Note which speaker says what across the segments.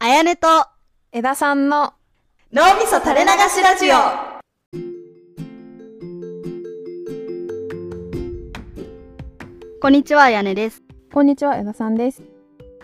Speaker 1: やねと、
Speaker 2: 枝さんの
Speaker 1: 脳みそ垂れ流しラジオ。こんにちは、やねです。
Speaker 2: こんにちは枝さんです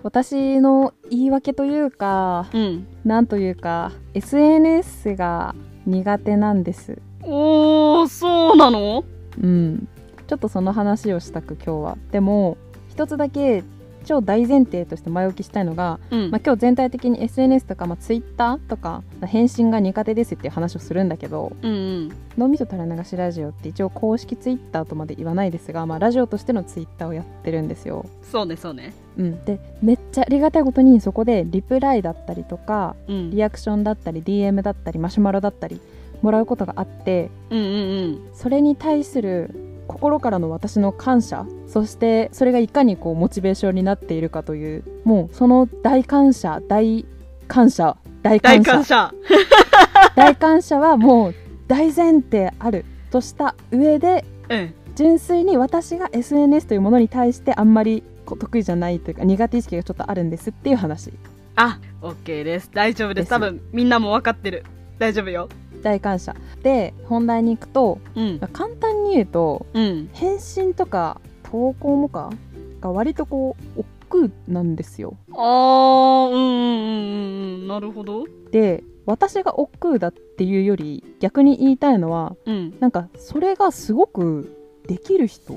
Speaker 2: 私の言い訳というか
Speaker 1: うん。
Speaker 2: なんというか SNS が苦手なんです
Speaker 1: おー、そうなの
Speaker 2: うんちょっとその話をしたく今日はでも一つだけ超大前提として前置きしたいのが、
Speaker 1: うん
Speaker 2: まあ、今日全体的に SNS とか、まあ、Twitter とか返信が苦手ですっていう話をするんだけど、
Speaker 1: うんうん。
Speaker 2: 脳みそ垂れ流しラジオって一応公式ツイッターとまで言わないですが、まあ、ラジオとしてのツイッターをやってるんですよ。
Speaker 1: そうね、そうね。
Speaker 2: うん、でめっちゃありがたいことにそこでリプライだったりとか
Speaker 1: うん
Speaker 2: リアクションだったり DM だったりマシュマロだったりもらうことがあって
Speaker 1: うんうん
Speaker 2: それに対する心からの私の感謝そしてそれがいかにこうモチベーションになっているかというもうその大感謝大感謝大
Speaker 1: 大
Speaker 2: 感
Speaker 1: 感
Speaker 2: 謝
Speaker 1: 謝。
Speaker 2: 大感謝はもう大前提あるとした上で
Speaker 1: うん。
Speaker 2: 純粋に私が SNS というものに対してあんまりこう得意じゃないというか苦手意識がちょっとあるんですっていう話
Speaker 1: あ、オッケーです。大丈夫で。
Speaker 2: ですす
Speaker 1: 多分、みんなもわかってる。大丈夫よ。
Speaker 2: 大感謝で本題に行くと
Speaker 1: うん。
Speaker 2: 簡単に言うと
Speaker 1: うん。
Speaker 2: 返信とか投稿もかが割とこう億劫なんですよ
Speaker 1: あー、うんうんうんうん。なるほど。
Speaker 2: で私が億劫だっていうより逆に言いたいのは
Speaker 1: うん。
Speaker 2: なんかそれがすごくできる人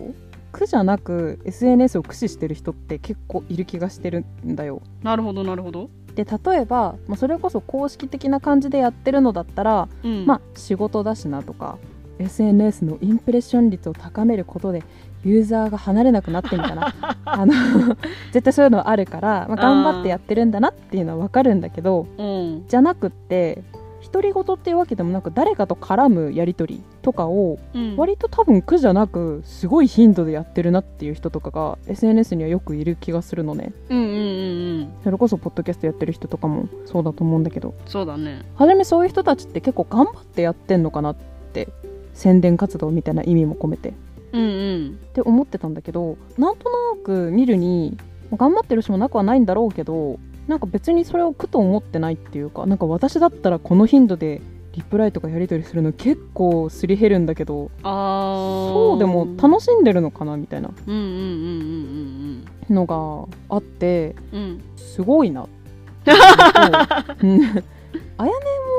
Speaker 2: 苦じゃなく SNS を駆使してる人って結構いる気がしてるんだよ
Speaker 1: なるほど、なるほど。
Speaker 2: で例えば、まあ、それこそ公式的な感じでやってるのだったら、
Speaker 1: うん。
Speaker 2: まあ仕事だしなとか SNS のインプレッション率を高めることでユーザーが離れなくなってみたい なあの絶対そういうのはあるから、まあ、頑張ってやってるんだなっていうのは分かるんだけど
Speaker 1: うん。
Speaker 2: じゃなくって独り言っていうわけでもなく誰かと絡むやり取りとかを
Speaker 1: うん。
Speaker 2: 割と多分苦じゃなくすごい頻度でやってるなっていう人とかが SNS にはよくいる気がするのね
Speaker 1: うんうんうんうん。
Speaker 2: それこそポッドキャストやってる人とかもそうだと思うんだけど
Speaker 1: そうだね。
Speaker 2: はじめそういう人たちって結構頑張ってやってんのかなって宣伝活動みたいな意味も込めてっ
Speaker 1: うんうん。
Speaker 2: て思ってたんだけどなんとなく見るに頑張ってる人もなくはないんだろうけどなんか別にそれを苦と思ってないっていうかなんか私だったらこの頻度でリプライとかやり取りするの結構すり減るんだけど
Speaker 1: あー。
Speaker 2: そうでも楽しんでるのかなみたいな
Speaker 1: うんうんうんうん
Speaker 2: のがあって
Speaker 1: うんうんうん
Speaker 2: すご いなっていうのとうんあやね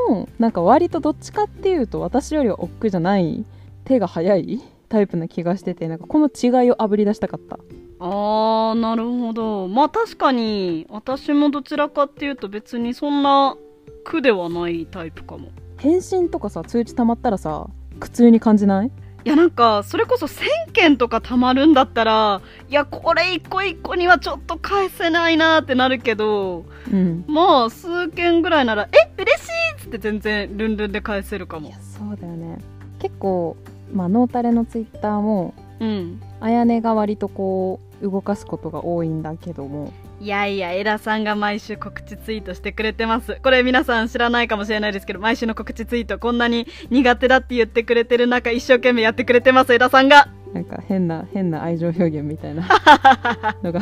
Speaker 2: もなんか割とどっちかっていうと私よりはおっくじゃない手が早いタイプな気がしててなんかこの違いをあぶり出したかった
Speaker 1: あーなるほどまあ確かに私もどちらかっていうと別にそんな苦ではないタイプかも
Speaker 2: 返信とかさ通知たまったらさ苦痛に感じない
Speaker 1: いやなんかそれこそ1000件とかたまるんだったらいやこれ一個一個にはちょっと返せないなってなるけど
Speaker 2: うん
Speaker 1: まあ数件ぐらいならえ嬉しいっつって全然ルンルンで返せるか
Speaker 2: い
Speaker 1: も
Speaker 2: やそうだよね結構まあノータレのツイッターも
Speaker 1: うん
Speaker 2: あやねが割とこう動かすことが多いんだけども
Speaker 1: いやいや、エラさんが毎週告知ツイートしてくれてます。これ皆さん知らないかもしれないですけど、毎週の告知ツイートこんなに苦手だって言ってくれてる中、一生懸命やってくれてます、エラさんが。
Speaker 2: なんか変な変な愛情表現みたい なのが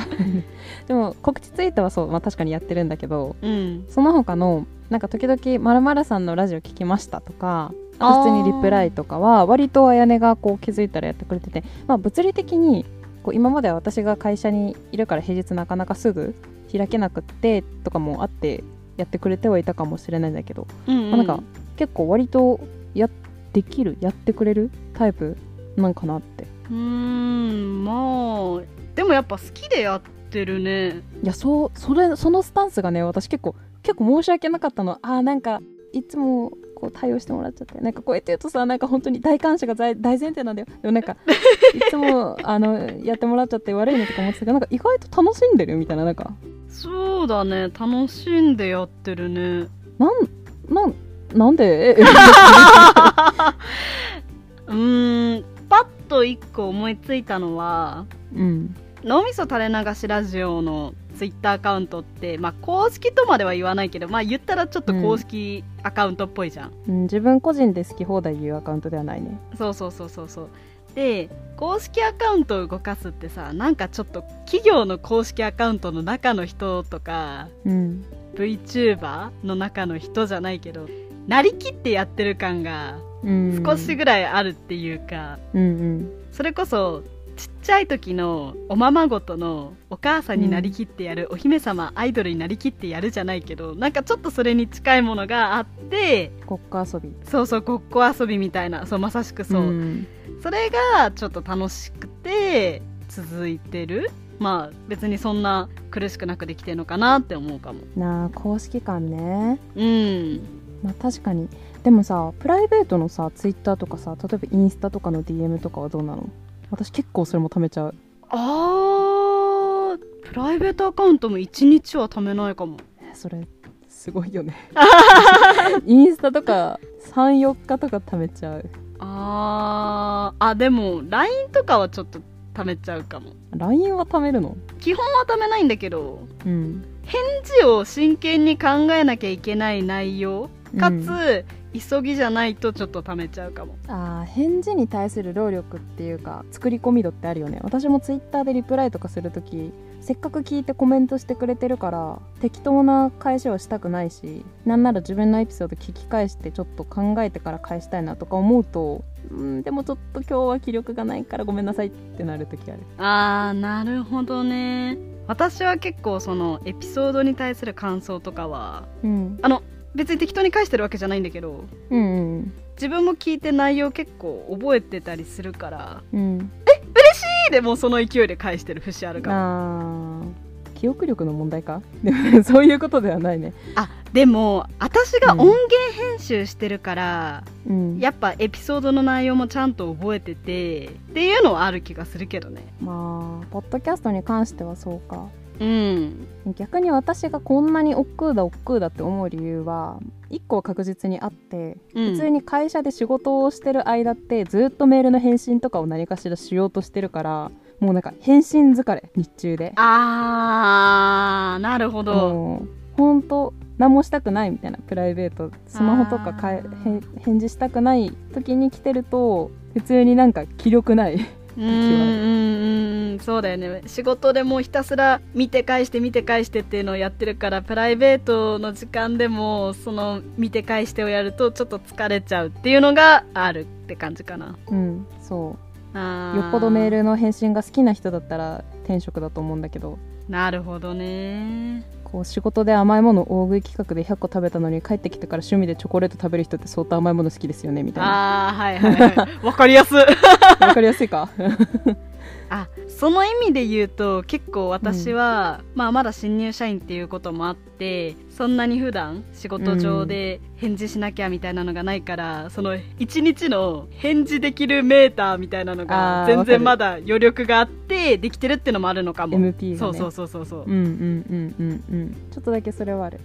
Speaker 2: でも告知ツイートはそう、まあ、確かにやってるんだけど
Speaker 1: うん。
Speaker 2: その他のなんか時々「まるまるさんのラジオ聞きました」とかあ
Speaker 1: あー
Speaker 2: と普通にリプライとかは割とあやねがこう気づいたらやってくれてて、まあ、物理的にこう今までは私が会社にいるから平日なかなかすぐ開けなくってとかもあってやってくれてはいたかもしれないんだけど、
Speaker 1: うん、
Speaker 2: まあなんか結構割とやできるやってくれるタイプなんかなって
Speaker 1: うーん、まあ、でもやっぱ好きでやってるね。
Speaker 2: いやそうそれそのスタンスがね私結構結構申し訳なかったのあーなんかいつもこう対応してもらっちゃってなんかこうやって言うとさなんか本当に大感謝が大大前提なんだよでもなん かいつもあのやってもらっちゃって悪いねとか思ってたけどなんか意外と楽しんでるみたいななんか
Speaker 1: そうだね、楽しんでやってる ね。
Speaker 2: なんなんなん で
Speaker 1: うーん、パッと一個思いついたのは、
Speaker 2: うん
Speaker 1: 脳みそ垂れ流しラジオのツイッターアカウントって、まあ、公式とまでは言わないけど、まあ、言ったらちょっと公式アカウントっぽいじゃん、
Speaker 2: うん自分個人で好き放題言うアカウントではないね
Speaker 1: そうそうそうそうそうで公式アカウントを動かすってさなんかちょっと企業の公式アカウントの中の人とか
Speaker 2: うん
Speaker 1: VTuber の中の人じゃないけどなりきってやってる感が
Speaker 2: うん
Speaker 1: 少しぐらいあるっていうか、
Speaker 2: うん
Speaker 1: それこそちっちゃい時のおままごとのお母さんになりきってやる、お姫様アイドルになりきってやるじゃないけどなんかちょっとそれに近いものがあって
Speaker 2: うん国家遊び
Speaker 1: そうそうごっこ遊びみたいなそうまさしくそう、
Speaker 2: ん
Speaker 1: それがちょっと楽しくて続いてるまあ別にそんな苦しくなくできてるのかなって思うかも
Speaker 2: なあ公式感ね
Speaker 1: うん
Speaker 2: まあ確かにでもさプライベートのさツイッターとかさ例えばインスタとかの DM とかはどうなの私結構それも貯めちゃう
Speaker 1: あープライベートアカウントも1日は貯めないかも
Speaker 2: えそれすごい よね インスタとか34日とか貯めちゃう
Speaker 1: あーあでも LINE とかはちょっと貯めちゃうかも
Speaker 2: LINE は貯めるの
Speaker 1: 基本は貯めないんだけど
Speaker 2: うん
Speaker 1: 返事を真剣に考えなきゃいけない内容か
Speaker 2: うん
Speaker 1: つ、急ぎじゃないとちょっと貯めちゃうかも
Speaker 2: あー返事に対する労力っていうか作り込み度ってあるよね私もツイッターでリプライとかするときせっかく聞いてコメントしてくれてるから適当な返しをしたくないしなんなら自分のエピソード聞き返してちょっと考えてから返したいなとか思うとうんでもちょっと今日は気力がないからごめんなさいってなるときある
Speaker 1: あーなるほどね私は結構そのエピソードに対する感想とかは
Speaker 2: うん
Speaker 1: 別に適当に返してるわけじゃないんだけど
Speaker 2: うん
Speaker 1: 自分も聞いて内容結構覚えてたりするから
Speaker 2: うんうん
Speaker 1: いいでもうその勢いで返してる節あるから
Speaker 2: あー記憶力の問題か でもそういうことではないね
Speaker 1: あでも私が
Speaker 2: うん
Speaker 1: 音源編集してるから、
Speaker 2: うん
Speaker 1: やっぱエピソードの内容もちゃんと覚えててっていうのはある気がするけどね
Speaker 2: まあポッドキャストに関してはそうか
Speaker 1: うん
Speaker 2: 逆に私がこんなに億劫だ億劫だって思う理由は1個は確実にあって
Speaker 1: うん
Speaker 2: 普通に会社で仕事をしてる間ってずっとメールの返信とかを何かしらしようとしてるからもうなんか返信疲れ日中で
Speaker 1: あーなるほど
Speaker 2: もうほんと何もしたくないみたいなプライベートスマホとかかえ
Speaker 1: あー
Speaker 2: 返返事したくない時に来てると普通になんか気力ない
Speaker 1: うんうんうんそうだよね仕事でもうひたすら見て返して見て返してっていうのをやってるからプライベートの時間でもその見て返してをやるとちょっと疲れちゃうっていうのがあるって感じかな
Speaker 2: うんそ
Speaker 1: あ
Speaker 2: う
Speaker 1: ー
Speaker 2: よっぽどメールの返信が好きな人だったら転職だと思うんだけど
Speaker 1: なるほどね
Speaker 2: こう仕事で甘いもの大食い企画で100個食べたのに帰ってきてから趣味でチョコレート食べる人って相当甘いもの好きですよねみたいな
Speaker 1: ああはいはい はいわかりやすい
Speaker 2: わかりやすい か
Speaker 1: あその意味で言うと結構私は、まあ、まだ新入社員っていうこともあってそんなに普段仕事上で返事しなきゃみたいなのがないから、その1日の返事できるメーターみたいなのが
Speaker 2: あー
Speaker 1: 全然ま
Speaker 2: わ
Speaker 1: だ余力があってできてるってのもあるのかも、
Speaker 2: MP が、ね、
Speaker 1: そうそうそうそうそう、
Speaker 2: うんうんうんうんうんちょっとだけそれはある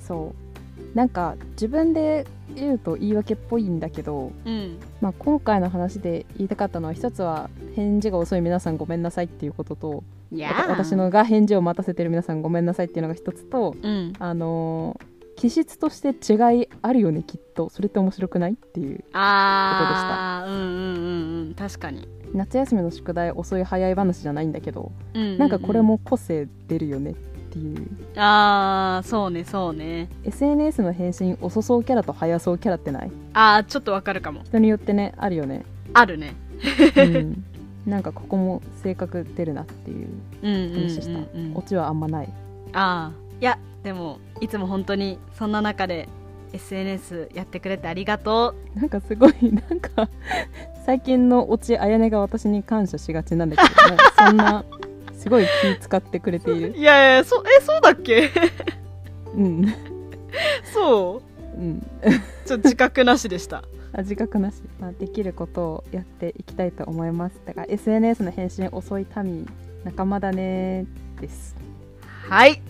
Speaker 2: そうなんか自分で言うと言い訳っぽいんだけど、
Speaker 1: うん、
Speaker 2: まあ、今回の話で言いたかったのは一つは返事が遅い皆さんごめんなさいっていうことと
Speaker 1: いやー
Speaker 2: 私、のが返事を待たせてる皆さんごめんなさいっていうのが一つと
Speaker 1: うん、
Speaker 2: あのー気質として違いあるよねきっとそれって面白くないっていう
Speaker 1: ああうんうんうんうん確かに、
Speaker 2: 夏休みの宿題遅い早い話じゃないんだけど、
Speaker 1: ううう
Speaker 2: なんかこれも個性出るよねっていう
Speaker 1: ああそうねそうね
Speaker 2: SNS の返信遅そうキャラと早そうキャラってない
Speaker 1: ああちょっとわかるかも
Speaker 2: 人によってねあるよね、
Speaker 1: あるね
Speaker 2: うん、なんかここも性格出るなっていう
Speaker 1: うんうんうん
Speaker 2: 話した
Speaker 1: うん
Speaker 2: オチはあんまない
Speaker 1: ああいやでもいつも本当にそんな中で SNS やってくれてありがと
Speaker 2: なんかすごいなんか最近のオチあやねが私に感謝しがちなんだけどなんかそんなすごい気使ってくれていうる
Speaker 1: いやいやそえそうだっけ
Speaker 2: うん
Speaker 1: そう
Speaker 2: うん
Speaker 1: ちょっと自覚なしでした
Speaker 2: あ自覚なし、まあ、できることをやっていきたいと思いますだから SNS の返信遅い民仲間だねです
Speaker 1: はい